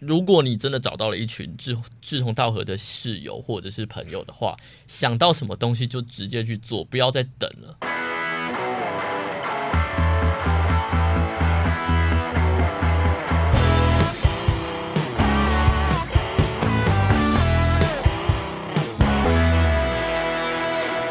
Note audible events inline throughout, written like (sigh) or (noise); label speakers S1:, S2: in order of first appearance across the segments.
S1: 如果你真的找到了一群志志同道合的室友或者是朋友的话，想到什么东西就直接去做，不要再等了。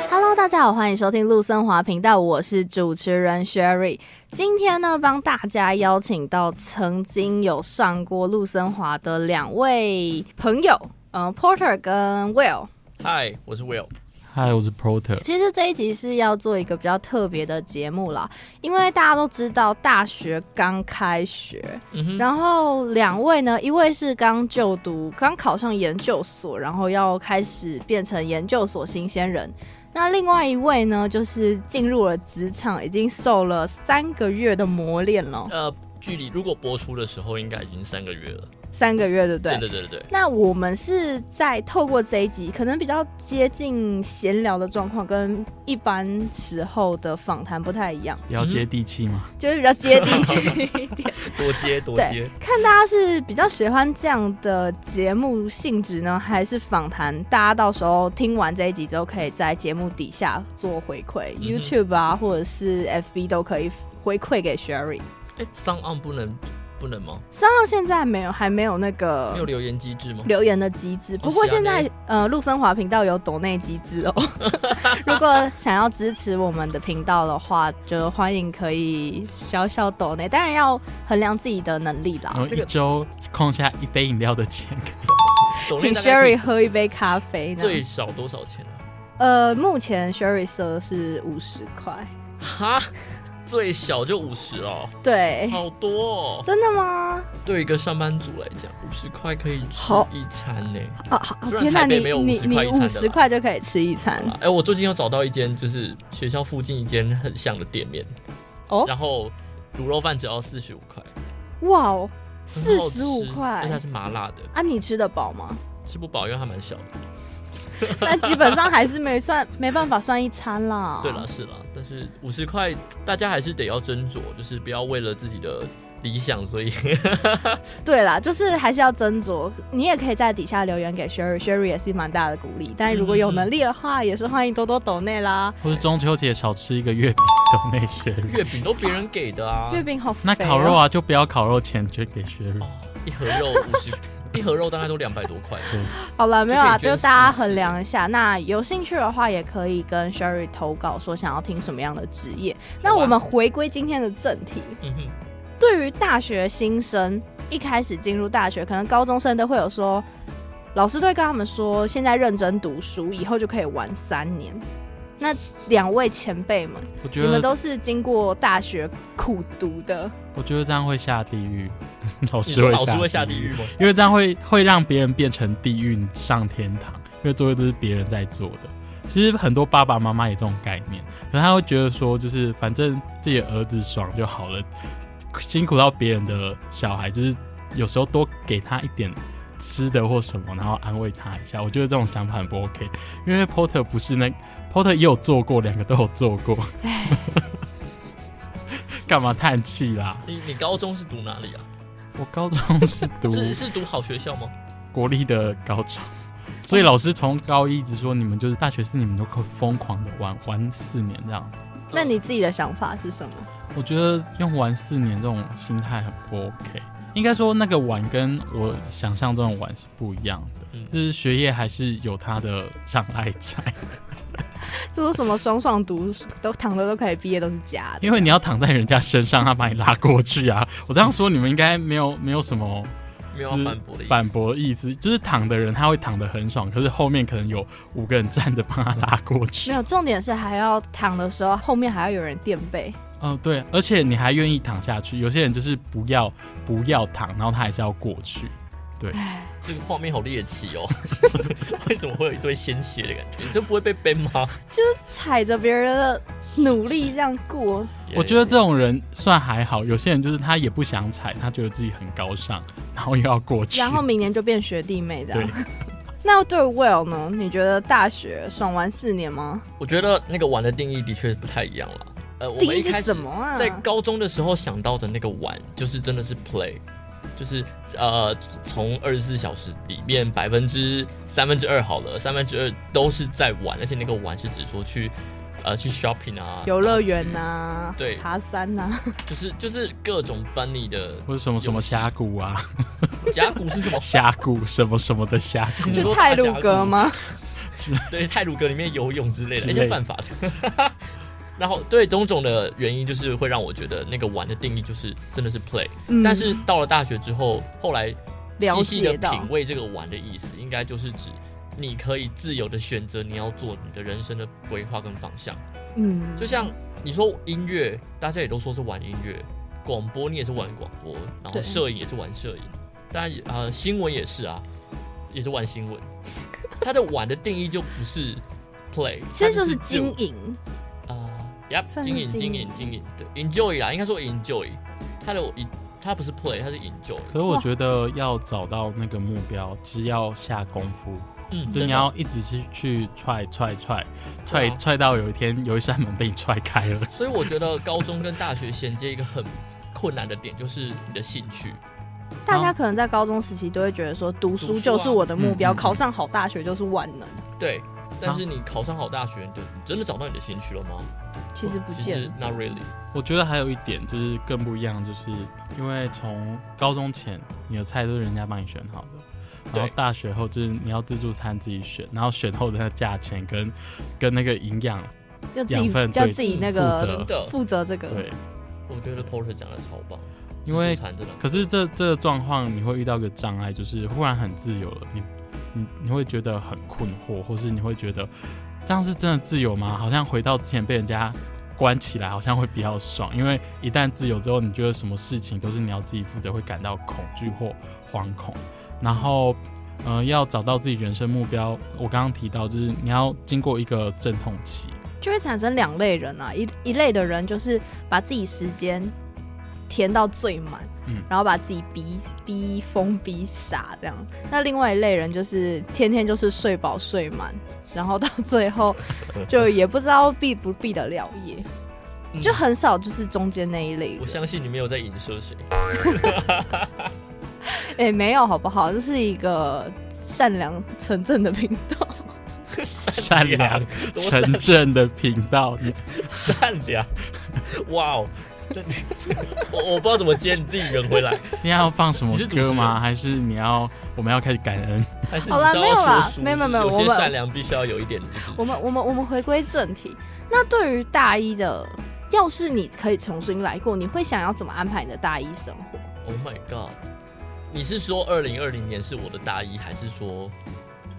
S2: Hello，大家好，欢迎收听陆森华频道，我是主持人 Sherry。今天呢，帮大家邀请到曾经有上过陆森华的两位朋友，嗯、p o r t e r 跟 Will。
S1: 嗨，我是 Will。
S3: 嗨，我是 Proter。
S2: 其实这一集是要做一个比较特别的节目啦，因为大家都知道大学刚开学，
S1: 嗯哼，
S2: 然后两位呢，一位是刚就读、刚考上研究所，然后要开始变成研究所新鲜人。那另外一位呢，就是进入了职场，已经受了三个月的磨练了，
S1: 呃，距离如果播出的时候，应该已经三个月了。
S2: 三个月，对不对？
S1: 对对对对对
S2: 那我们是在透过这一集，可能比较接近闲聊的状况，跟一般时候的访谈不太一样，
S3: 比较接地气嘛，
S2: 就是比较接 (laughs) 地气一点。
S1: 嗯多接多接
S2: 对。，看大家是比较喜欢这样的节目性质呢，还是访谈？大家到时候听完这一集之后，可以在节目底下做回馈、
S1: 嗯哼
S2: y o u t u b e 啊，或者是 FB 都可以回馈给 Sherry。
S1: 哎，上岸不能不能吗？
S2: 三号现在没有，还没有那个
S1: 没有留言机制吗？
S2: 留言的机制。不过
S1: 是啊
S2: 现在、
S1: 那
S2: 呃，陆森华频道有抖内机制哦。
S1: (laughs)
S2: 如果想要支持我们的频道的话，就欢迎可以小小抖内，当然要衡量自己的能力啦。
S3: (laughs) 然后
S1: 那个
S3: 一周空下一杯饮料
S1: (laughs)
S3: 的钱。
S1: 抖内
S2: 请
S1: 大概可以
S2: Sherry 喝一杯咖啡呢。
S1: 最少多少钱啊？
S2: 呃，目前 Sherry 设是五十块。
S1: 哈，最小就五十哦，
S2: 对，
S1: 好多哦。
S2: 真的吗？
S1: 对一个上班族来讲，五十块可以吃
S2: 好
S1: 一餐呢、
S2: 啊，好
S1: 虽然
S2: 天哪，
S1: 台北
S2: 你
S1: 没有50
S2: 你
S1: 块
S2: 你
S1: 一餐的
S2: 五
S1: 啦
S2: 十块就可以吃一餐
S1: 哎、我最近又找到一间就是学校附近一间很像的店面，
S2: 哦，
S1: 然后卤肉饭只要四十五块，
S2: 哇哦，
S1: 很
S2: 四
S1: 好吃
S2: 十五
S1: 而且它
S2: 块
S1: 是麻辣的，
S2: 啊，你吃得饱吗？ (laughs)
S1: 吃不饱，因为它蛮小的。
S2: 那基本上还是没算，没办法算一餐啦。
S1: 对啦，，是啦，但是五十块大家还是得要斟酌，就是不要为了自己的理想，所以 (laughs)
S2: 对啦，就是还是要斟酌。你也可以在底下留言给 Sherry，Sherry 也是蛮大的鼓励。但如果
S1: 嗯
S2: 有能力的话，也是欢迎多多抖内啦。
S3: 或是中秋节少吃一个月饼，懂内学人。
S1: (laughs) 月饼都别人给的啊，
S2: 月饼好肥、哦，
S3: 那烤肉啊，就不要烤肉钱捐给学人
S1: 哦。，一盒肉五十，一盒肉大概都两百多块。
S3: 对，
S2: 好了，没有啦，
S1: 就可以
S2: 就
S1: 捐
S2: 大家
S1: 四次
S2: 衡量一下。那有兴趣的话，也可以跟 Sherry 投稿，说想要听什么样的职业。
S1: 啊
S2: (laughs) 那我们回归今天的正题，
S1: 嗯哼，
S2: 对于大学新生一开始进入大学，可能高中生都会有说，老师都会跟他们说，现在认真读书，以后就可以玩三年。那两位前辈们，
S3: 我
S2: 你
S3: 觉
S2: 们
S3: 得，
S2: 都是经过大学苦读的，
S3: 我觉得这样会下地狱，老
S1: 你
S3: 师
S1: 说
S3: 会
S1: 老师会下地狱
S3: 狱，
S1: 吗？
S3: 因为这样会会让别人变成地狱上天堂，因为作业都是别人在做的。其实很多爸爸妈妈也这种概念，可能他会觉得说，就是反正自己的儿子爽就好了，辛苦到别人的小孩，就是有时候多给他一点吃的或什么，然后安慰他一下。我觉得这种想法很不 OK，因为 Porter 不是那 Porter 也有做过，两个都有做过，
S1: (laughs)
S2: 哎，
S1: 啊
S3: 干嘛叹气啦？
S1: 你你高中是读哪里啊？
S3: 我高中是
S1: (laughs)
S3: 读
S1: 是是读好学校吗？
S3: 国立的高中， (laughs) 所以老师从高一一直说你们就是大学四年，你们都可以疯狂的玩玩四年这样子。
S2: 那你自己的想法是什么？
S3: 我觉得用玩四年这种心态很不 OK。应该说那个玩跟我想象中的玩是不一样的，
S1: 嗯
S3: 就是学业还是有它的障碍在， (laughs)
S2: 就是什么双双读书都躺着都可以毕业，都是假的。
S3: 因为你要躺在人家身上，他把你拉过去啊。我这样说你们应该没有没有什么
S1: 没有
S3: 就
S1: 要
S3: 是
S1: 反驳的意思。
S3: 反驳的意思，就是躺的人他会躺得很爽，可是后面可能有五个人站着帮他拉过去
S2: 没。有，重点是还要躺的时候，后面还要有人垫背。
S3: 哦，对，而且你还愿意躺下去，有些人就是不要不要躺，然后他还是要过去。
S1: 这个画面好猎奇哦， (laughs) 为什么会有一堆鲜血的感觉？你这不会被编吗？
S2: 就是踩着别人的努力这样过，
S3: (laughs) 我觉得这种人算还好，有些人就是他也不想踩，他觉得自己很高尚，然后又要过去。
S2: 然后明年就变学弟妹的
S3: 对。
S2: 那对 Will 呢？你觉得大学爽玩四年吗？
S1: 我觉得那个玩的定义的确不太一样了。呃，我
S2: 第
S1: 们
S2: 一
S1: 一
S2: 是
S1: 开始
S2: 什么啊？
S1: 在高中的时候想到的那个玩，就是真的是 play，就是呃，从二十四小时里面百分之三分之二好了，三分之二都是在玩，而且那个玩是指说去呃去 shopping 啊，
S2: 游乐园呐，
S1: 对
S2: 爬山啊呐、
S1: 就是就是各种 funny 的
S3: 或者什么什么峡谷啊，？
S1: 甲骨是什么
S3: 峡谷什么什么的峡谷，
S1: 你
S2: 去
S1: 说
S2: 泰
S1: 大峡
S2: 鲁
S1: 谷
S2: 阁吗？
S1: 对，泰鲁阁里面游泳之类的，
S3: 之
S1: 而
S3: 类的
S1: 且犯法 (laughs) 的。然后对种种的原因，就是会让我觉得那个玩的定义就是真的是 play。
S2: 嗯
S1: 但是到了大学之后，后来
S2: 了
S1: 细细的
S2: 解到
S1: 品味这个玩的意思，应该就是指你可以自由的选择你要做你的人生的规划跟方向。
S2: 嗯，
S1: 就像你说音乐，大家也都说是玩音乐，广播你也是玩广播，然后
S2: 对
S1: 摄影也是玩摄影，当然也呃新闻也是啊，也是玩新闻。它的玩的定义就不是 play，
S2: 其实
S1: 它
S2: 就是经
S1: 就
S2: 营，
S1: 啊，呀、
S2: 算是
S1: 经营
S2: 经
S1: 经
S2: 营
S1: 营经营，对，enjoy 啦，应该说 enjoy，它的一它不是 play，它是 enjoy，
S3: (laughs) 可是我觉得要找到那个目标，是要下功夫，
S1: 嗯，
S3: 就是
S1: 真
S3: 你
S1: 的
S3: 要一直去去踹踹踹
S1: 对
S3: 踹
S1: 啊
S3: 踹到有一天有一扇门被你踹开了。
S1: 所以我觉得高中跟大学衔接一个很困难的点就是你的兴趣，
S2: 大家可能在高中时期都会觉得说，读
S1: 读
S2: 书
S1: 书
S2: 就是我的目标，
S3: 啊嗯嗯嗯
S2: 考上好大学就是万能。
S1: 对。但
S3: 啊
S1: 是你考上好大学，你就你真的找到你的兴趣了吗？
S2: 其实不
S1: 其
S2: 见
S1: 实
S2: 了，
S1: not really。
S3: 我觉得还有一点就是更不一样，就是因为从高中前你的菜都是人家帮你选好的，然后
S1: 对
S3: 大学后就是你要自助餐自己选，然后选后的那价钱跟跟那个营养，
S2: 要自
S3: 养
S2: 己
S3: 分
S2: 要
S3: 对嗯
S2: 自己那
S3: 负
S2: 个
S3: 责
S1: 真的，
S2: 负责这个。
S3: 对。
S1: 我觉得 Porter 讲的超棒，
S3: 因为
S1: 自助餐真的
S3: 可是这这个状况你会遇到一个障碍，就是忽然很自由了，你你你会觉得很困惑，或是你会觉得这样是真的自由吗？好像回到之前被人家关起来，好像会比较爽，因为一旦自由之后，你觉得什么事情都是你要自己负责，会感到恐惧或惶恐，然后。呃，要找到自己人生目标，我刚刚提到，就是你要经过一个阵痛期，
S2: 就会产生两类人啊，一一类的人就是把自己时间填到最满，
S3: 嗯
S2: 然后把自己逼逼疯逼傻这样。那另外一类人就是天天就是睡饱睡满，然后到最后
S3: (laughs)
S2: 就也不知道毕不毕得了业，
S1: 嗯
S2: 就很少就是中间那一类
S1: 我
S2: 人。
S1: 相信你没有在影射谁，
S2: 哎、没有好不好？这是一个善良纯正的频道。
S1: (laughs)
S3: 善良
S1: 多善
S3: 城镇的频道，你
S1: 善良，哇哦！那你我我不知道怎么接，你自己圆回来，
S3: 你要放什么
S1: 你是主持
S3: 歌
S1: 人
S3: 吗？还是你要我们要开始感恩？
S1: 还是你
S2: 好啦
S1: 是要
S2: 没有啦
S1: 说书
S2: 没有没有没有
S1: 有
S2: 我
S1: 些
S2: 们
S1: 善良必须要有一点，就是
S2: 我们我们我们回归正题。那对于大一的，要是你可以重新来过，你会想要怎么安排你的大一生活？
S1: Oh my God！你是说二零二零年是我的大一，还是说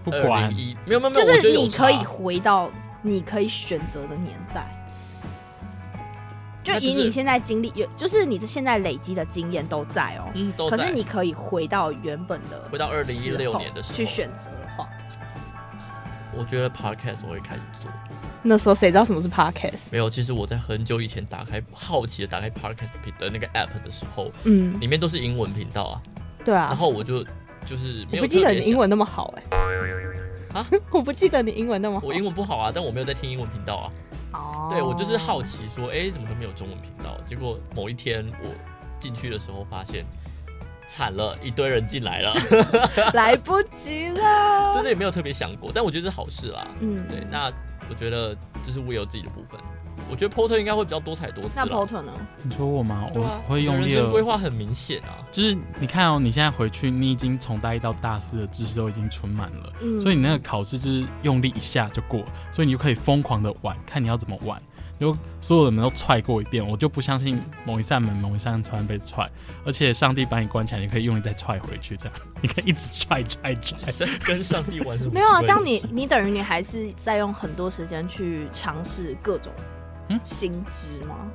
S3: 不管
S1: 2001没有没有没
S2: 就
S1: 有，我觉
S2: 是
S1: 得有
S2: 你可以
S1: 差
S2: 回到你可以选择的年代。就
S1: 那就
S2: 以
S1: 是
S2: 你现在经历，有就是你现在累积的经验都在哦、
S1: 嗯都
S2: 可是
S1: 在
S2: 你可以回到原本的，
S1: 回到2016年的时候
S2: 去选择的话，
S1: 我觉得 podcast 我会开始做。
S2: 那时候谁知道什么是
S1: (laughs)
S2: podcast？
S1: 没有，其实我在很久以前打开好奇的打开 podcast 的那个 app 的时候，
S2: 嗯，
S1: 里面都是英文频道啊，
S2: 对
S1: 然
S2: 啊，
S1: 后我就就是没
S2: 我
S1: 有
S2: 不记得
S1: 特
S2: 你
S1: 别
S2: 英文那么好哎、
S1: 啊，
S2: (laughs) 我不记得你英文那么
S1: 想，
S2: 好。
S1: 我英文不好啊，但我没有在听英文频道啊。
S2: 哦
S1: 对我就是好奇说，哎，怎么都没有中文频道？啊结果某一天我进去的时候发现，惨了，一堆人进来
S2: (laughs)
S1: 了，
S3: (laughs)
S2: 来不及了。
S1: 就是也没有特别想过，但我觉得是好事啦。
S2: 嗯，
S1: 对，那我觉得这是 Will 自己的部分，我觉得 Porter 应该会比较多彩多姿
S2: 那
S1: 啦。
S2: Porter 呢？
S3: 你说我吗？
S1: 对
S3: 我
S1: 啊，
S3: 我会用
S1: 人
S3: 力
S1: 生规
S3: 而。
S1: 划很明显啊。
S3: 就是你看哦，你现在回去，你已经从大一到大四的知识都已经存满了，
S2: 嗯
S3: 所以你那个考试就是用力一下就过，所以你就可以疯狂的玩，看你要怎么玩。就所有的门都踹过一遍，我就不相信某一扇门、某一扇突然被踹，而且上帝把你关起来，你可以用力再踹回去，这样你可以一直踹踹踹。
S1: 还在 (laughs) 跟上帝玩什么？
S2: 没有啊，这样你你等于你还是在用很多时间去尝试各种
S3: 嗯
S2: 新知吗？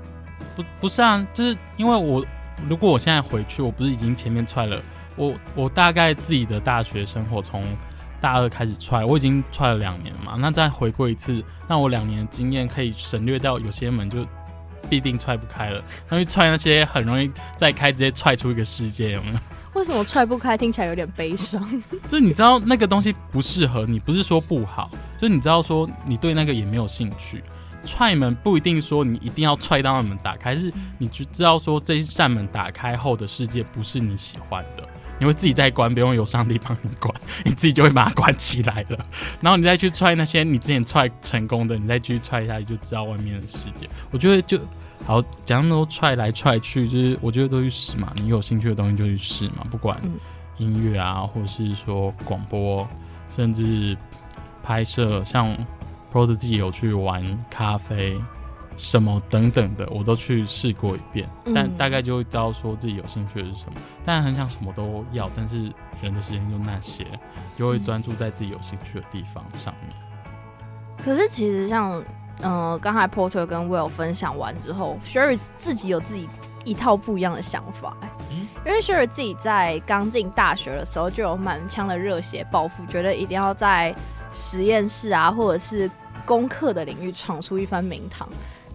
S3: 不不是啊，就是因为我如果我现在回去，我不是已经前面踹了，我我大概自己的大学生活从大二开始踹，我已经踹了两年嘛，那再回过一次，那我两年的经验可以省略掉有些门就。必定踹不开了，那去踹那些很容易再开，直接踹出一个世界，有没有？
S2: 为什么踹不开？听起来有点悲伤。
S3: 就是你知道那个东西不适合你，不是说不好，就是你知道说你对那个也没有兴趣，踹门不一定说你一定要踹到那门打开，是你就知道说这一扇门打开后的世界不是你喜欢的，你会自己再关，不用有上帝帮你关，你自己就会把它关起来了。然后你再去踹那些你之前踹成功的，你再继续踹下去，就知道外面的世界。我觉得就好，讲那么多踹来踹去，就是我觉得都去试嘛，你有兴趣的东西就去试嘛，不管
S2: 嗯
S3: 音乐啊，或者是说广播，甚至拍摄，像 Pro 自己有去玩咖啡。什么等等的，我都去试过一遍，但
S2: 嗯
S3: 大概就会知道说自己有兴趣的是什么。当然很想什么都要，但是人的时间就那些，就会专注在自己有兴趣的地方上面。
S2: 可是其实像，呃，刚才 Porter 跟 Will 分享完之后，Sherry 自己有自己一套不一样的想法、欸
S1: 嗯
S2: 因为 Sherry 自己在刚进大学的时候就有满腔的热血抱负，觉得一定要在实验室啊，或者是功课的领域闯出一番名堂。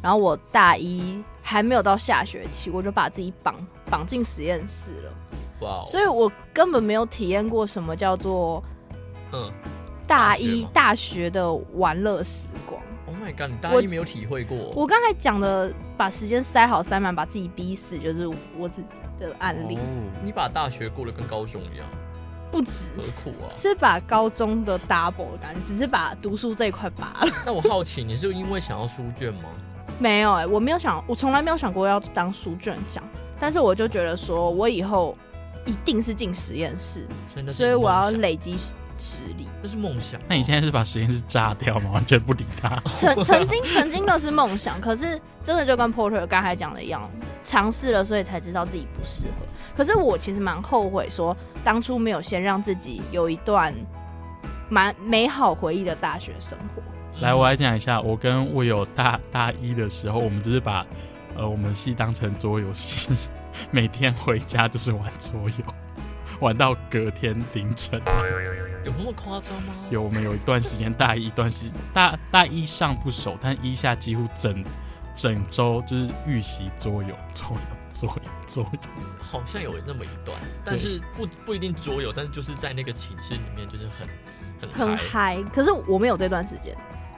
S2: 然后我大一还没有到下学期，我就把自己绑绑进实验室了，
S1: 哇哦，
S2: 所以我根本没有体验过什么叫做
S1: 嗯
S2: 大
S1: 大学
S2: 一
S1: 吗
S2: 大学的玩乐时光。
S1: ，Oh my god，你大
S2: 我
S1: 一没有体会过，
S2: 我刚才讲的把时间塞好塞满，把自己逼死，就是我自己的案例，
S3: 哦，
S1: 你把大学过得跟高中一样，
S2: 不止
S1: 何苦啊？ (laughs)
S2: 是把高中的 double 的感觉，只是把读书这一块拔了。 (laughs)
S1: 那我好奇，你是因为想要书卷吗？
S2: 没有哎、我没有想，我从来没有想过要当书卷奖，但是我就觉得说我以后一定是进实验室，
S1: 所以那是
S2: 所以我要
S1: 梦想，
S2: 累积实实力。
S1: 那是梦想。
S3: 那你现在是把实验室炸掉吗？完全不理他。
S2: 曾曾经曾经的是梦想，可是真的就跟 Porter 刚才讲的一样，尝试了，所以才知道自己不适合。可是我其实蛮后悔说，当初没有先让自己有一段蛮美好回忆的大学生活。
S3: 来，我来讲一下，我跟我有大大一的时候，我们就是把呃我们系当成桌游戏，每天回家就是玩桌游， (laughs) 玩到隔天凌晨。
S1: 嗯有那么夸张吗？
S3: 有我们有一段时间大一一段时大大一上不熟，但一下几乎整整周就是预习桌游桌游桌游桌游。
S1: 好像有那么一段，但是不不一定桌游，但是就是在那个寝室里面，就是很很
S2: 很
S1: 嗨
S2: 嗨。可是我没有这段时间，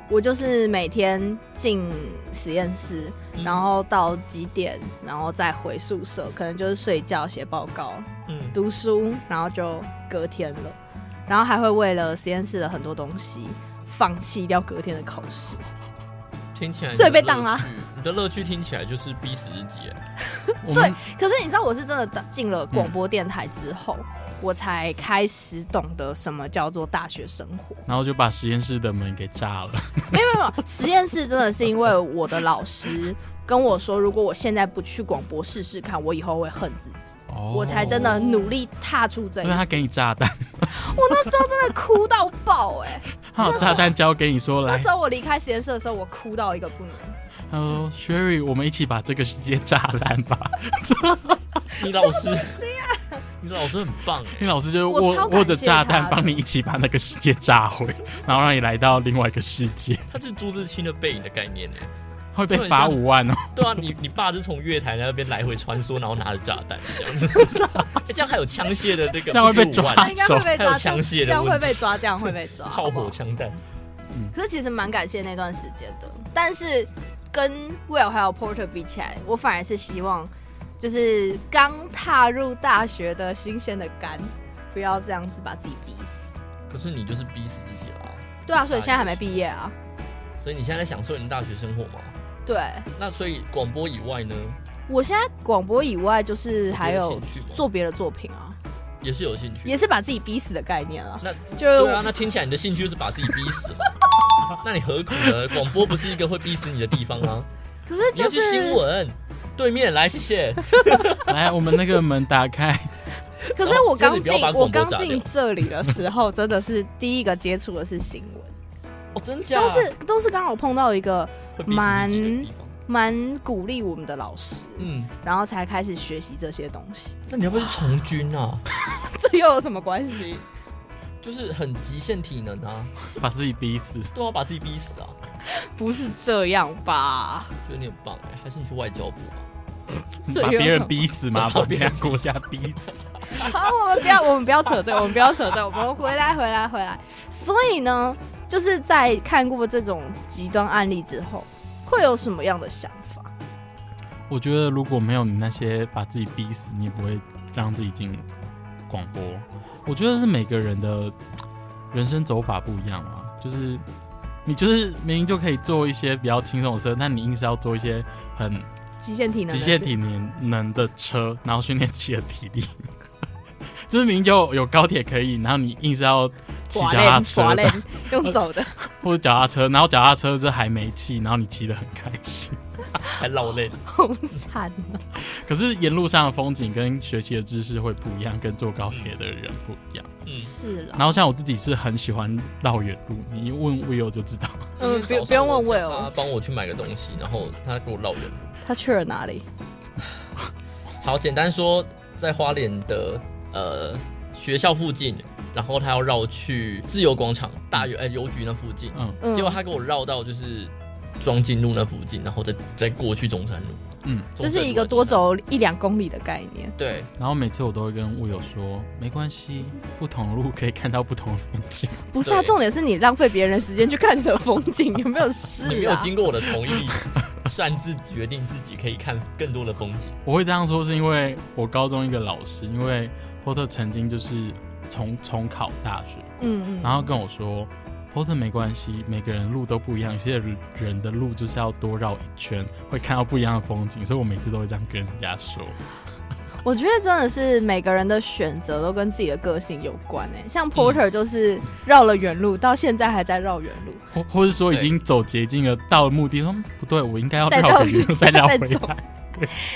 S2: 我就是每天进实验室，
S1: 嗯
S2: 然后到几点，然后再回宿舍，可能就是睡觉、写报告、
S1: 嗯，
S2: 读书，然后就隔天了，然后还会为了实验室的很多东西。放弃掉隔天的考试，
S1: 听起来
S2: 所以
S1: 你的
S2: 被当啊
S1: 乐趣。你的乐趣听起来就是逼死自己耶，啊
S3: 我
S2: 对
S3: 们，
S2: 可是你知道我是真的到进了广播电台之后，我才开始懂得什么叫做大学生活。
S3: 然后就把实验室的门给炸了。
S2: 没有没有没有，实验室真的是因为我的老师跟我说，如果我现在不去广播试试看，我以后会恨自己。
S3: 哦
S2: (laughs)
S3: 啊
S2: 我才真的努力踏出这一
S3: 因
S2: 步
S3: 为，他给你炸弹，
S2: (laughs)
S3: (laughs)
S2: 我那时候真的哭到爆哎、
S3: 他有炸弹交给你说
S2: 那
S3: 来
S2: 时，候我离开实验室的时候，我哭到一个不能。
S3: 他说 Sherry，我们一起把这个世界炸烂吧。
S1: 你老师，
S2: 啊
S1: 你老师很棒
S3: 因
S1: 哎，
S3: 为老师就是
S2: 我超
S3: 握
S2: 感谢
S3: 握着炸弹
S2: 他的
S3: 帮你一起把那个世界炸毁，然后让你来到另外一个世界，
S1: 他是朱自清的背影的概念哎。
S3: 会被
S1: 对
S3: 罚
S1: 像
S3: 五万哦。
S1: 对啊，你你爸就从月台那边来回穿梭，然后拿着炸弹这样子，
S3: (laughs)
S1: 哎这样还有枪械的那个，
S3: 这样会被
S1: 不是五万
S3: 抓
S2: 应该会被
S1: 还有
S2: 抓，
S1: 枪
S2: 这
S1: 械的
S2: 这样会
S1: 问题
S2: 被抓，这样会
S1: (laughs)
S2: 被抓。
S1: 炮
S2: 好不好
S1: 火枪弹，
S2: 可是其实蛮感谢那段时间的，但是跟 Will 还有 Porter 比起来，我反而是希望就是刚踏入大学的新鲜的肝，不要这样子把自己逼死。
S1: 可是你就是逼死自己啦、
S2: 对啊，所以现在还没毕业啊。
S1: 所以你现在在享受你的大学生活吗？
S2: 对，
S1: 那所以广播以外呢，
S2: 我现在广播以外，就是还有
S1: 别的兴趣吗
S2: 做别的作品啊，
S1: 也是有兴趣，
S2: 也是把自己逼死的概念啊。
S1: 那
S2: 就
S1: 对啊，那听起来你的兴趣就是把自己逼死嘛。 (laughs) 那你何苦呢？广播不是一个会逼死你的地方吗？
S2: 可是
S1: 你要
S2: 就
S1: 去新
S2: 是，
S1: 闻对面来，谢谢。
S3: (laughs) 来，我们那个门打开，
S2: 可是我
S1: 哦就是
S2: 刚
S1: 你不要
S2: 进
S1: 把
S2: 我
S1: 广播
S2: 刚
S1: 炸掉
S2: 进这里的时候，真的是第一个接触的是新 (laughs) 闻，
S1: 哦，真假？
S2: 都是都是刚好碰到一个
S1: 会逼死自己的地方。
S2: 蛮鼓励我们的老师，
S1: 嗯，
S2: 然后才开始学习这些东西。 (laughs)
S1: 那你要不要去从军啊？
S2: 这又有什么关系？
S1: 就是很极限体能啊，
S3: 把自己逼死。
S1: 都要把自己逼死啊。
S2: 不是这样吧？
S1: 觉得你很棒哎、还是你去外交部吧。
S2: 这
S3: 把
S2: 又有
S3: 别
S2: 什
S3: 人
S2: 么
S3: 逼死吗？
S1: 把
S3: 把
S1: 别
S3: 别
S1: 人
S3: 人国家逼死？
S2: (laughs)
S3: (laughs)
S2: 好，我们不要，我们不要扯这个，我们不要扯这个，我们回来，回来，回来。所以呢，就是在看过这种极端案例之后，会有什么样的想法？
S3: 我觉得如果没有你那些把自己逼死，你也不会让自己进广播。我觉得是每个人的人生走法不一样啊，就是你就是明明就可以做一些比较轻松的车，但你硬是要做一些很
S2: 极限体能的
S3: 机
S2: 事，
S3: 械体能能的车，然后训练自己的体力。 (laughs) 就是明明就有高铁可以，然后你硬是要骑
S2: 寡
S3: 脚踏
S2: 练
S3: 车
S2: 寡
S3: 的，
S2: 练
S1: 呃
S2: 用走的，
S3: 或者脚踏车，然后脚踏车是还没气，然后你骑得很开心。 (laughs)
S1: 还落泪。
S2: 好惨啊！
S3: 可是沿路上的风景跟学习的知识会不一样，跟坐高铁的人不一样。
S1: 嗯，
S2: (laughs) 是啦，
S3: 然后像我自己是很喜欢绕远路，你一问 Will 就知道。
S2: 嗯，不
S1: 早上
S2: 不用问
S1: 我
S2: Will，
S1: 叫他帮我去买个东西，然后他给我绕远路。
S2: 他去了哪里？
S1: 好，简单说，在花莲的呃学校附近，然后他要绕去自由广场大邮呃邮局那附近，
S3: 嗯
S2: 嗯，
S1: 结果他给我绕到就是庄敬路那附近，然后再再过去中山路，
S3: 嗯，
S2: 就
S1: 中山路
S2: 是一个多走一两公里的概念。
S1: 对，
S3: 然后每次我都会跟 Will 说，没关系，不同路可以看到不同的风景。
S2: 不是啊，
S1: 对
S2: 重点是你浪费别人时间去看你的风景， (laughs) 有没有
S1: 你没
S2: 事
S1: 有
S2: 啊？
S1: 经过我的同意，擅自决定自己可以看更多的风景。
S3: 我会这样说是因为我高中一个老师，因为波特曾经就是重重考大学，
S2: 嗯
S3: 然后跟我说。波特没关系，每个人路都不一样，有些人的路就是要多绕一圈，会看到不一样的风景，所以我每次都会这样跟人家说。
S2: 我觉得真的是每个人的选择都跟自己的个性有关诶、
S1: 嗯
S2: 像 Porter 就是绕了远路，到现在还在绕远路，
S3: 或或是说已
S1: 对
S3: 经走捷径了，到了目的地说嗯不对，我应该要
S2: 再
S3: 绕
S2: 绕
S3: 回
S2: 一
S3: 路
S2: 下
S3: 再绕
S2: 再
S3: 回
S2: 走 (laughs)
S3: 来。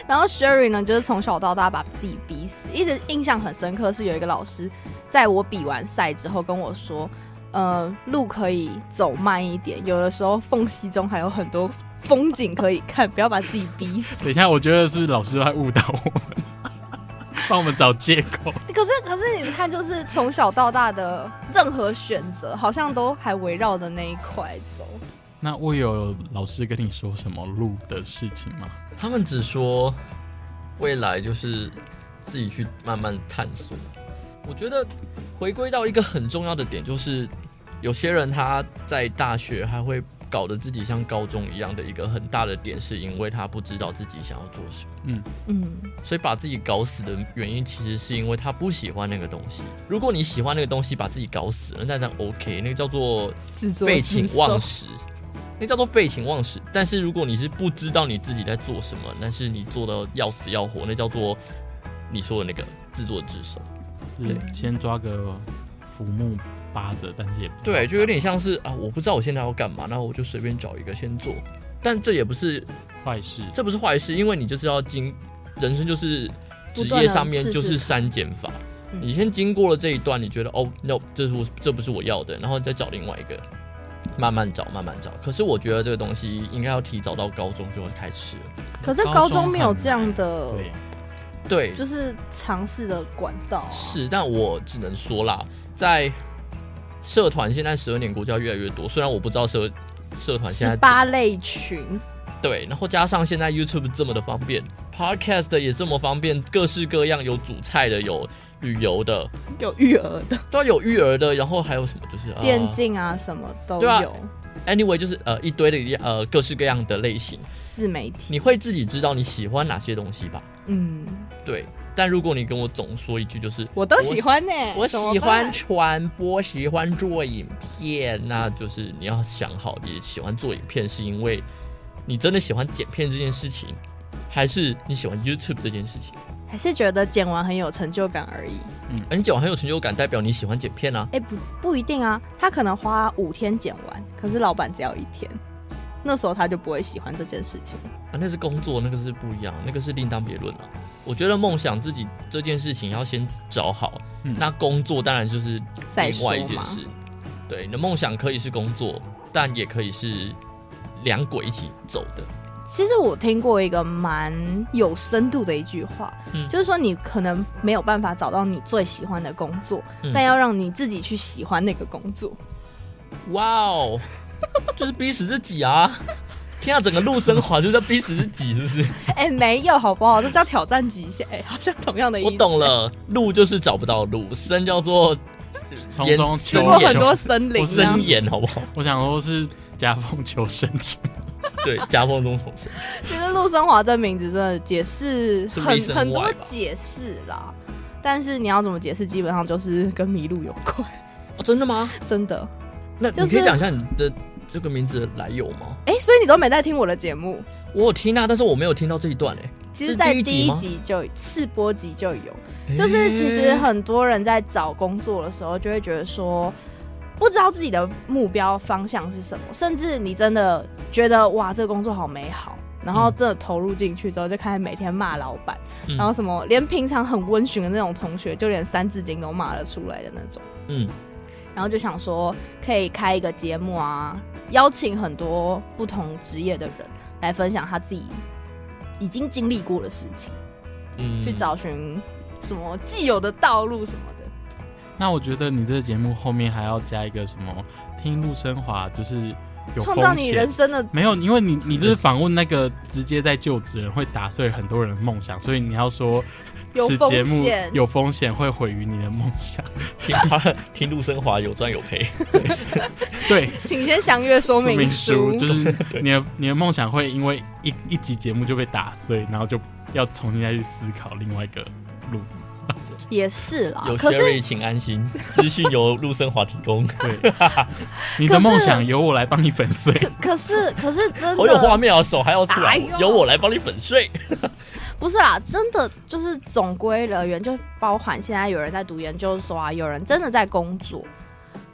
S2: 然后 Sherry 呢，就是从小到大把自己逼死，一直印象很深刻是有一个老师，在我比完赛之后跟我说，呃，路可以走慢一点，有的时候缝隙中还有很多风景可以看，不要把自己逼死。
S3: 等一下，我觉得是老师在误导我们，帮我们找借口。
S2: (laughs) 可是可是你看，就是从小到大的任何选择，好像都还围绕着那一块走。
S3: 那我有老师跟你说什么路的事情吗？
S1: 他们只说未来就是自己去慢慢探索。我觉得回归到一个很重要的点，就是有些人他在大学还会搞得自己像高中一样的一个很大的点，是因为他不知道自己想要做什么。
S2: 嗯，
S1: 所以把自己搞死的原因，其实是因为他不喜欢那个东西。如果你喜欢那个东西，把自己搞死了，那那 OK，那个叫做
S2: 自作
S1: 废
S2: 自
S1: 寝
S2: 受
S1: 忘。食，那叫做废寝忘食。但是如果你是不知道你自己在做什么，但是你做的要死要活，那叫做你说的那个自作自受。
S3: 就是先抓个浮木扒着，但是也不知道
S1: 对，就有点像是啊，我不知道我现在要干嘛，那我就随便找一个先做。但这也不是，
S3: 坏事。
S1: 这不是坏事，因为你就是要经，人生就是
S2: 不
S1: 职
S2: 断
S1: 业
S2: 地
S1: 上面
S2: 试试
S1: 就是
S2: 看
S1: 删减法。
S2: 嗯
S1: 你先经过了这一段，你觉得哦，no，这是我这不是我要的，然后你再找另外一个，慢慢找，慢慢找。可是我觉得这个东西应该要提早到高中就会开始了。
S2: 可是高中没有
S3: 很
S2: 这样的，
S3: 对，
S1: 对，
S2: 就是尝试的管道、啊。
S1: 是，但我只能说啦，在社团现在十二年国教越来越多，虽然我不知道社社团现
S2: 十
S1: 在
S2: 八类群，
S1: 对，然后加上现在 YouTube 这么的方便，Podcast 也这么方便，各式各样有煮菜的，有旅游的，
S2: 有育儿的、
S1: 都要有育儿的，然后还有什么就是、呃、
S2: 电竞啊，什么都
S1: 对啊
S2: 有。
S1: ，anyway 就是呃一堆的呃各式各样的类型，
S2: 自媒体，
S1: 你会自己知道你喜欢哪些东西吧？
S2: 嗯，
S1: 对，但如果你跟我总说一句就是
S2: 我都喜欢呢、
S1: 我
S2: 怎么
S1: 喜欢
S2: 办
S1: 传播，喜欢做影片，那就是你要想好，你喜欢做影片是因为你真的喜欢剪片这件事情，还是你喜欢 YouTube 这件事情？
S2: 还是觉得剪完很有成就感而已。
S1: 而啊你剪完很有成就感，代表你喜欢剪片啊。
S2: 哎、不不一定啊，他可能花五天剪完，可是老板只要一天，那时候他就不会喜欢这件事情。
S1: 啊，那是工作，那个是不一样，那个是另当别论了。我觉得梦想自己这件事情要先找好，
S3: 嗯
S1: 那工作当然就是
S2: 再
S1: 另外一
S2: 说
S1: 件
S2: 嘛
S1: 事。对，你的梦想可以是工作，但也可以是两轨一起走的。
S2: 其实我听过一个蛮有深度的一句话，
S1: 嗯
S2: 就是说你可能没有办法找到你最喜欢的工作，
S1: 嗯
S2: 但要让你自己去喜欢那个工作。
S1: 哇哦， (laughs) 就是逼死自己啊！天啊，整个陆生华就是要逼死自己，是不
S2: (laughs)
S1: 是？
S2: 哎、没有好不好？这叫挑战极限。哎、好像同样的意思。
S1: 我懂了，路就是找不到路，生叫做
S3: 从中
S2: 吃
S3: 求
S2: 过
S1: 岩
S2: 很多森林
S3: 我
S2: 这
S3: 是
S2: 样
S1: 生。眼，好不好？
S3: 我想说是夹缝求生存。 (laughs)
S1: 对，夹缝中重生。
S2: 其实陆生华这名字真的解释
S1: 是
S2: 很
S1: reason
S2: 很多
S1: why 吧
S2: 解释啦，但是你要怎么解释，基本上就是跟迷路有关， (laughs)
S1: 哦，真的吗？
S2: 真的。
S1: 那
S2: 就
S1: 你可以
S2: 是
S1: 讲一下你的这个名字的来由吗？
S2: 哎、所以你都没在听我的节目，
S1: 我有听啊，但是我没有听到这一段哎、
S2: 其
S1: 这
S2: 实，
S1: 是
S2: 在
S1: 第一集
S2: 第一
S1: 吗
S2: 集就试播集就有。
S1: 欸。
S2: 就是其实很多人在找工作的时候，就会觉得说，不知道自己的目标方向是什么，甚至你真的觉得哇，这个工作好美好。然后
S1: 嗯
S2: 真的投入进去之后，就开始每天骂老板，
S1: 嗯
S2: 然后什么连平常很温驯的那种同学，就连《三字经》都骂得出来的那种。
S1: 嗯，
S2: 然后就想说，可以开一个节目啊，邀请很多不同职业的人来分享他自己已经经历过的事情。
S1: 嗯
S2: 去找寻什么既有的道路什么的。
S3: 那我觉得你这个节目后面还要加一个什么？听陆生华就是有
S2: 创造
S3: 风
S2: 你
S3: 险，
S2: 人生的
S3: 没有，因为你你就是访问那个直接在就职人，会打碎很多人的梦想，所以你要说
S2: 有
S3: 此
S2: 风
S3: 节目
S2: 险
S3: 有风险，会毁于你的梦想。 (laughs)
S1: 听听陆生华有赚有赔。
S3: 对，
S2: 请先详阅说
S3: 说
S2: 明
S3: 书
S2: 书。
S3: 就是
S1: 对
S3: 你的你的梦想会因为一一集节目就被打碎，然后就要重新再去思考另外一个路。
S2: 也是啦
S1: 有，
S2: 啊可是
S1: Sherry 请安
S2: (laughs)
S1: 心，资讯由陆生华提供。
S3: 对，你的梦想由我来帮你粉碎。
S2: 可可是可是真
S1: 好有画
S2: 的
S1: 面啊，手还要出来
S2: 哎呦，
S1: 由我来帮你粉碎。
S2: 不是啦，真的就是总归而言，就包含现在有人在读研究所啊，有人真的在工作，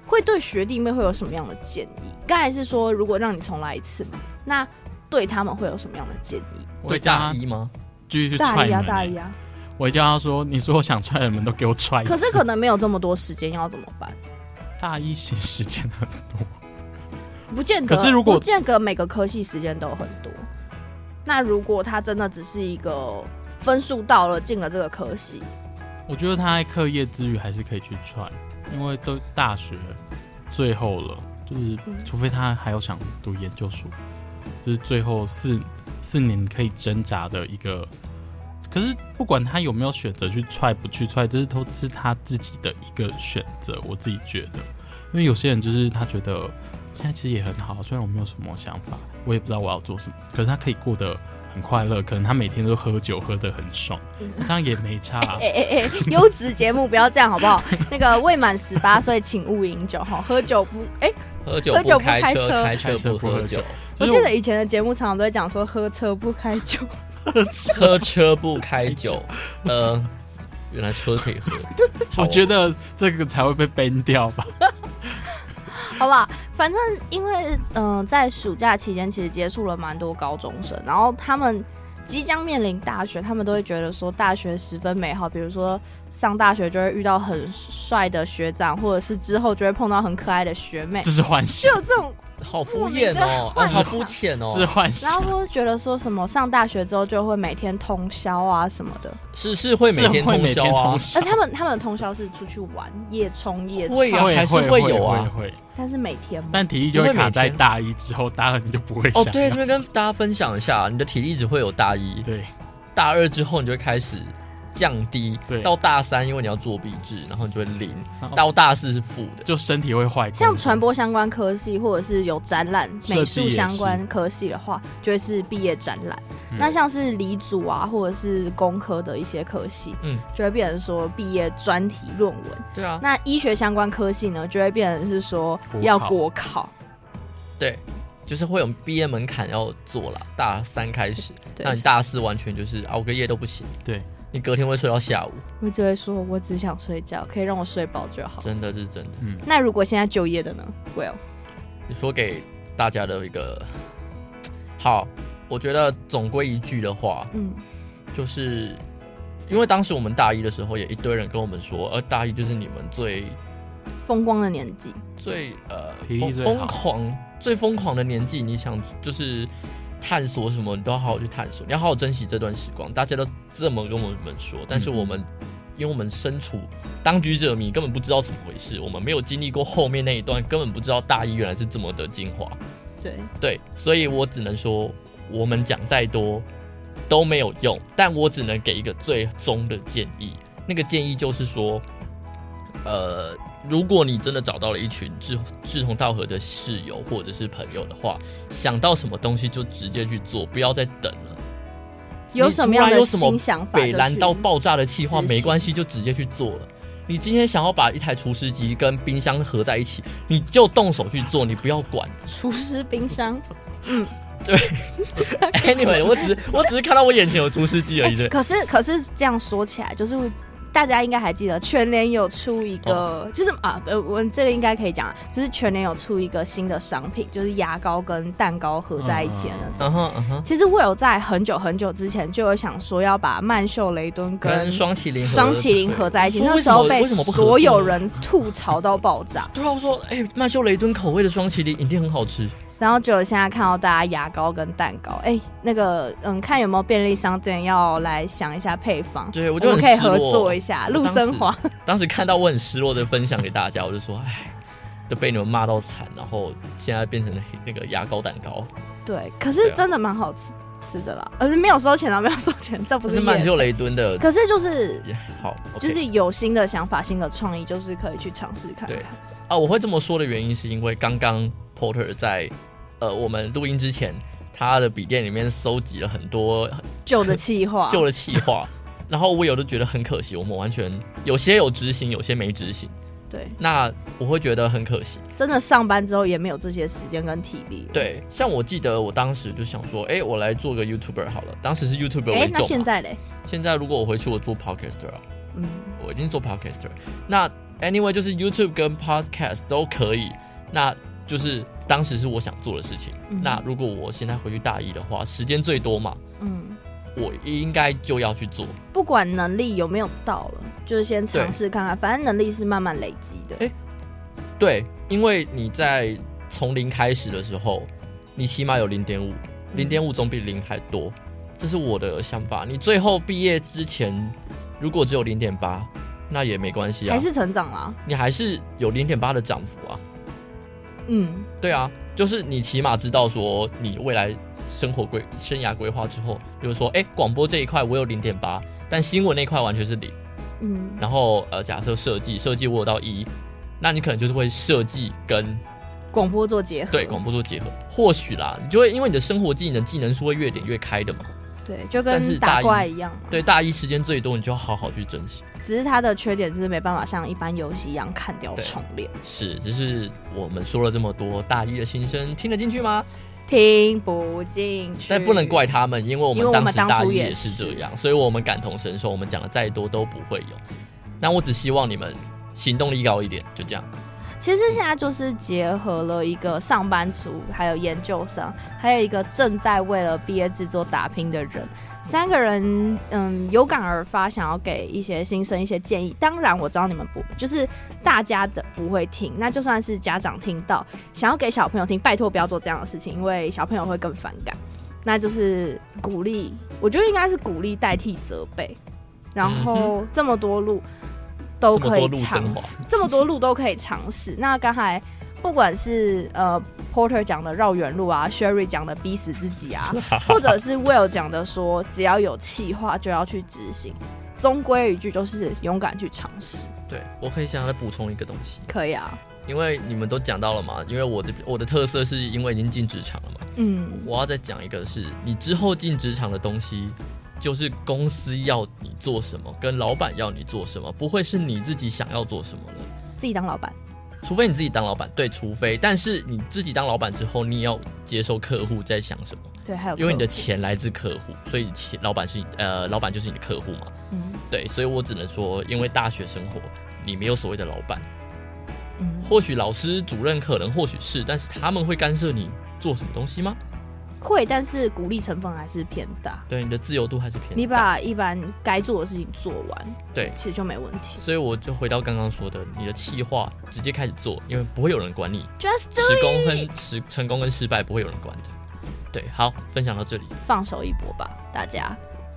S2: 会对学弟妹会有什么样的建议？刚才是说如果让你重来一次嘛，那对他们会有什么样的建议？
S3: 我
S1: 对
S3: 会叫
S1: 大
S3: 他
S1: 一吗？
S3: 继续去
S2: 大
S3: 踹
S2: 一
S3: 门、欸
S2: 啊，大一啊，
S3: 我会叫他说：“你说我想踹的门都给我踹一次。”
S2: 可是可能没有这么多时间，要怎么办？
S3: 大一其实时间啊很多，
S2: 不见得。
S3: 可是如果
S2: 不见得每个科系时间都很多，那如果他真的只是一个分数到了进了这个科系， (laughs)
S3: 我觉得他在课业之余还是可以去踹，因为都大学最后了，就是
S2: 嗯
S3: 除非他还有想读研究所，就是最后四四年可以挣扎的一个。可是不管他有没有选择去踹不去踹，这是都是他自己的一个选择。我自己觉得，因为有些人就是他觉得现在其实也很好，虽然我没有什么想法，我也不知道我要做什么，可是他可以过得很快乐，可能他每天都喝酒喝得很爽，这样也没差、
S2: (laughs)
S3: 啊。
S2: 哎哎哎，优质节目不要这样好不
S3: (laughs)
S2: 好？那个未满十八岁请勿饮酒哈，喝酒不哎、
S1: 喝酒
S2: 喝酒
S1: 不
S2: 不
S1: 开
S2: 开
S1: 车，
S2: 车
S1: 开
S3: 开车
S1: 车不
S3: 不
S1: 喝
S3: 喝
S1: 酒
S3: 酒，
S2: 我
S3: 就是
S2: 记得以前的节目常常都会讲说喝车不开酒，
S1: 喝车不开酒。呃，原来车可以喝。好
S3: 我
S1: 哦
S3: 觉得这个才会被 ban 掉吧。
S2: 好吧，反正因为嗯、呃在暑假期间其实接触了蛮多高中生，然后他们即将面临大学，他们都会觉得说大学十分美好，比如说上大学就会遇到很帅的学长，或者是之后就会碰到很可爱的学妹，
S3: 这是幻
S2: 就
S3: 想，
S2: 有这种。
S1: 好敷衍哦，
S2: 莫
S1: 啊
S2: 名的幻想
S1: 好肤浅
S3: 这是
S1: 哦。
S3: 幻
S2: 然后
S3: 想，
S2: 我就觉得说什么上大学之后就会每天通宵啊什么 (laughs) 的，
S1: 是是会每天
S3: 是会
S1: 通
S3: 每
S1: 宵
S3: 天
S1: 啊
S3: 通，
S2: 而
S3: 宵
S2: 他们他们的通宵是出去玩夜冲夜
S1: 会啊
S2: 唱，
S3: 会
S1: 还是
S3: 会
S1: 会有啊
S3: 会会。
S2: 但是每天吗
S3: 但体力就会
S1: 因为每
S3: 卡在
S1: 天
S3: 大一之后，大二你就不会
S1: 哦
S3: 想，了。
S1: 对，这边跟大家分享一下，你的体力只会有大一，
S3: 对
S1: 大二之后你就会开始降低，
S3: 对
S1: 到大三因为你要做壁纸，然后你就会零
S3: 然后，
S1: 到大四是负的。
S3: 就身体会坏。
S1: 嗯
S2: 像传，播相关科系，或者是有展览、
S3: 设计
S2: 美术
S3: 也
S2: 相关科系的话，就会是毕业展览。
S3: 嗯
S2: 那像是理组啊，或者是工科的一些科系，
S1: 嗯，
S2: 就会变成说毕业专题论文。
S1: 对啊，
S2: 那医学相关科系呢，就会变成是说
S3: 国考
S2: 要国考。
S1: 对，就是会有毕业门槛要做啦，大三开始，
S2: 对
S1: 那你大四完全就是熬个夜都不行，
S3: 对，
S1: 你隔天会睡到下午，
S2: 我就会说，我只想睡觉，可以让我睡饱就好。
S1: 真的这是真的。
S3: 嗯，
S2: 那如果现在就业的呢？Well，
S1: 你说给大家的一个好，我觉得总归一句的话，
S2: 嗯，
S1: 就是因为当时我们大一的时候，也一堆人跟我们说，呃，大一就是你们最
S2: 风光的年纪，
S1: 最呃
S3: 体
S1: 疯
S3: 力最好
S1: 疯狂、最疯狂的年纪，你想就是探索什么，你都要好好去探索，你要好好珍惜这段时光。大家都这么跟我们说，但
S3: 嗯
S1: 是我们、因为我们身处当局者迷，根本不知道怎么回事，我们没有经历过后面那一段，根本不知道大一原来是这么的精华。
S2: 对，
S1: 对，所以我只能说，我们讲再多都没有用，但我只能给一个最终的建议。那个建议就是说，呃，如果你真的找到了一群志志同道合的室友或者是朋友的话，想到什么东西就直接去做，不要再等了。
S2: 有什么样
S1: 你突然
S2: 的
S1: 有什么
S2: 新想法就去？
S1: 北蓝到爆炸的气话
S2: 执行
S1: 没关系，就直接去做了。你今天想要把一台厨师机跟冰箱合在一起，你就动手去做，你不要管。
S2: 厨师冰箱，
S1: Anyway，我只是我只是看到我眼前有厨师机而已。
S2: 哎
S1: 对
S2: 可是可是这样说起来，就是大家应该还记得全联有出一个，
S1: 哦
S2: 就是啊，呃，我这个应该可以讲啊，就是全联有出一个新的商品，就是牙膏跟蛋糕合在一起的那种。
S1: 嗯哼嗯哼，
S2: 其实我有在很久很久之前就有想说要把曼秀雷敦
S1: 跟双麒麟合
S2: 双麒麟合在一起，
S1: 对
S2: 那时候
S1: 为什么
S2: 被
S1: 为什么不合作
S2: 所有人吐槽到爆
S1: (laughs)
S2: 炸。
S1: 对啊，我说哎、曼秀雷敦口味的双麒麟一定很好吃。
S2: 然后就现在看到大家牙膏跟蛋糕，哎、那个嗯，看有没有便利商店要来想一下配方，
S1: 对，我
S2: 我
S1: 就很
S2: 们可以
S1: 失落
S2: 合作一下。陆生华，
S1: 当时看到我很失落的分享给大家，我就说哎，都被你们骂到惨，然后现在变成了那个牙膏蛋糕。
S2: 对，可
S1: 对
S2: 是
S1: 啊
S2: 真的蛮好吃吃的啦，而且没有收钱啊， (laughs) 没有收钱，这不
S1: 这
S2: 是
S1: 是曼
S2: 业
S1: 秀雷敦的，
S2: 可是就是
S1: 也好，OK，
S2: 就是有新的想法、新的创意，就是可以去尝试看
S1: 对
S2: 看。
S1: 啊，我会这么说的原因是因为刚刚 Porter 在呃我们录音之前，他的笔电里面搜集了很多
S2: 旧的气
S1: (laughs)
S2: 化，
S1: 旧的企划，然后我有的觉得很可惜，我们完全有些有执行，有些没执行，
S2: 对，
S1: 那我会觉得很可惜。
S2: 真的上班之后也没有这些时间跟体力。，
S1: 对，像我记得我当时就想说，哎、我来做个 YouTuber 好了，当时是 YouTuber
S2: 哎、
S1: 为
S2: 那
S1: 重
S2: 现
S1: 嘛。
S2: 在嘞，
S1: 现在如果我回去，我做 Podcaster 啊，
S2: 嗯，
S1: 我已经做 Podcaster 了。那 anyway 就是 YouTube 跟 Podcast 都可以，那就是当时是我想做的事情。
S2: 嗯
S1: 那如果我现在回去大一的话，时间最多嘛，
S2: 嗯。
S1: 我应该就要去做。
S2: 不管能力有没有到了，就是先尝试看看，反正能力是慢慢累积的。
S1: 哎对，因为你在从零开始的时候，你起码有零点五，
S2: 嗯
S1: 零点五总比零还多，这是我的想法。你最后毕业之前，如果只有零点八，那也没关系啊，
S2: 还是成长啦。
S1: 你还是有零点八的涨幅啊。
S2: 嗯，
S1: 对啊，就是你起码知道说你未来生活规生涯规划之后，比如说，哎，广播这一块我有零点八，但新闻那一块完全是零。
S2: 嗯，
S1: 然后呃，假设设计，设计我有到一，那你可能就是会设计跟
S2: 广播做结合，
S1: 对广播做结合，或许啦，你就会因为你的生活技能技能是会越点越开的嘛。
S2: 对，就
S1: 但是
S2: 跟
S1: 大
S2: 打
S1: 一
S2: 怪一样嘛。
S1: 对，大一时间最多，你就要好好去珍惜。
S2: 只是它的缺点就是没办法像一般游戏一样砍掉
S1: 对
S2: 重练，
S1: 是，只是我们说了这么多，大一的新生听得进去吗？
S2: 听不进去。
S1: 但不能怪他们，因为我
S2: 因为
S1: 们
S2: 我
S1: 当
S2: 们
S1: 时
S2: 当
S1: 大
S2: 初
S1: 一
S2: 也
S1: 也是
S2: 是
S1: 这样，所以我们感同身受，我们讲的再多都不会有。那我只希望你们行动力高一点，就这样。
S2: 其实现在就是结合了一个上班族，还有研究生，还有一个正在为了毕业制作打拼的人，三个人，嗯，有感而发，想要给一些新生一些建议。当然，我知道你们不，就是大家的不会听，那就算是家长听到，想要给小朋友听，拜托不要做这样的事情，因为小朋友会更反感。那就是鼓励，我觉得应该是鼓励代替责备，然后这么多路都可
S1: 这
S2: 以
S1: 么多路
S2: 尝
S1: 生
S2: 试
S1: 活，
S2: 这么多路都可以尝试。那刚才不管是呃 Porter 讲的绕远路啊，Sherry 讲的逼死自己
S1: (laughs)
S2: 啊，或者是 Will 讲的说只要有计划就要去执行，终归一句就是勇敢去尝试，
S1: 对我很想再补充一个东西，
S2: 可以啊，
S1: 因为你们都讲到了嘛，因为我这我的特色是因为已经进职场了嘛，
S2: 嗯，
S1: 我要再讲一个是，你之后进职场的东西，就是公司要你做什么，跟老板要你做什么，不会是你自己想要做什么了。
S2: 自己当老板，
S1: 除非你自己当老板，对，除非，但是你自己当老板之后，你也要接受客户在想什么，
S2: 对，还有
S1: 因为你的
S2: 客户，
S1: 钱来自客户，所以钱老板是你呃，老板就是你的客户嘛，
S2: 嗯
S1: 对，所以我只能说，因为大学生活，你没有所谓的老板，
S2: 嗯，
S1: 或许老师、主任可能或许是，但是他们会干涉你做什么东西吗？
S2: 会，但是鼓励成分还是偏大。
S1: 对，你的自由度还是偏大。
S2: 你把一般该做的事情做完，
S1: 对
S2: 其实就没问题。
S1: 所以我就回到刚刚说的，你的企划直接开始做，因为不会有人管你
S2: Just
S1: 成功跟失成功跟失败，不会有人管的。对，好，分享到这里。
S2: 放手一搏吧，大家。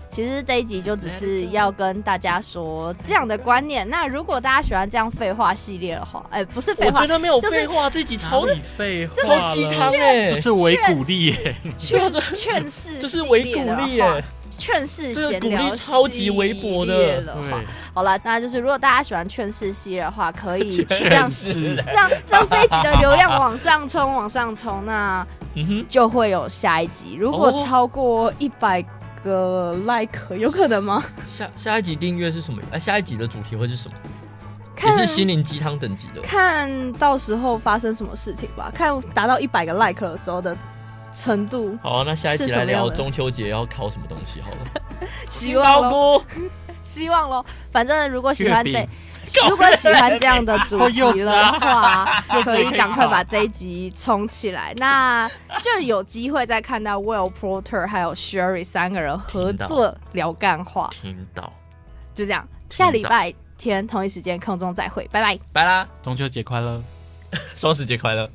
S2: 其实这一集就只是要跟大家说这样的观念。那如果大家喜欢这样废话系列的话，哎、不是废
S1: 我
S2: 话
S1: 觉，得没有
S2: 就是
S1: 废话，这集超
S3: 哪里废话
S1: 超鸡汤
S3: 了，
S2: 欸
S1: 哎
S3: 这，是为鼓励耶，
S2: 劝劝世
S1: 这是为鼓
S2: 系列的
S1: 励
S2: 话
S1: 耶，
S2: 劝世
S1: 这个
S2: 闲
S1: 鼓
S2: 聊
S1: 励超级微薄的
S2: 系列的话
S3: 对，，
S2: 好了，那就是如果大家喜欢劝世系的话，可
S1: (laughs)
S2: 以
S1: 劝
S2: 让
S3: 世
S2: 让让这一集的流量往上冲，往上冲，那
S1: 嗯哼，
S2: 就会有下一集。如果
S1: 哦
S2: 超过一百个 like，有可能吗？
S1: 下下一集订阅是什么？哎、下一集的主题会是什么？也
S2: 看
S1: 是心灵鸡汤等级的。
S2: 看到时候发生什么事情吧，看达到一百个 like 的时候的程度，
S1: 好、那下一集
S2: 是什么
S1: 来
S2: 样
S1: 聊
S2: 的
S1: 中秋节要烤什么东西好了。 (laughs)
S2: 希望咯， (laughs)
S1: 菇，
S2: 希望咯。反正如果喜欢
S3: 月
S2: 这
S3: 饼。
S2: 如果喜欢这样的主题的话
S3: (laughs) 幼稚啊，
S2: 可以赶快把这一集冲起来，那就有机会再看到 Will Porter 还有 Sherry 三个人合作聊干话。
S1: 听到，
S2: 就这样，下礼拜天同一时间空中再会，拜拜。
S1: 拜啦，
S3: 中秋节快乐！
S1: 双十节快乐。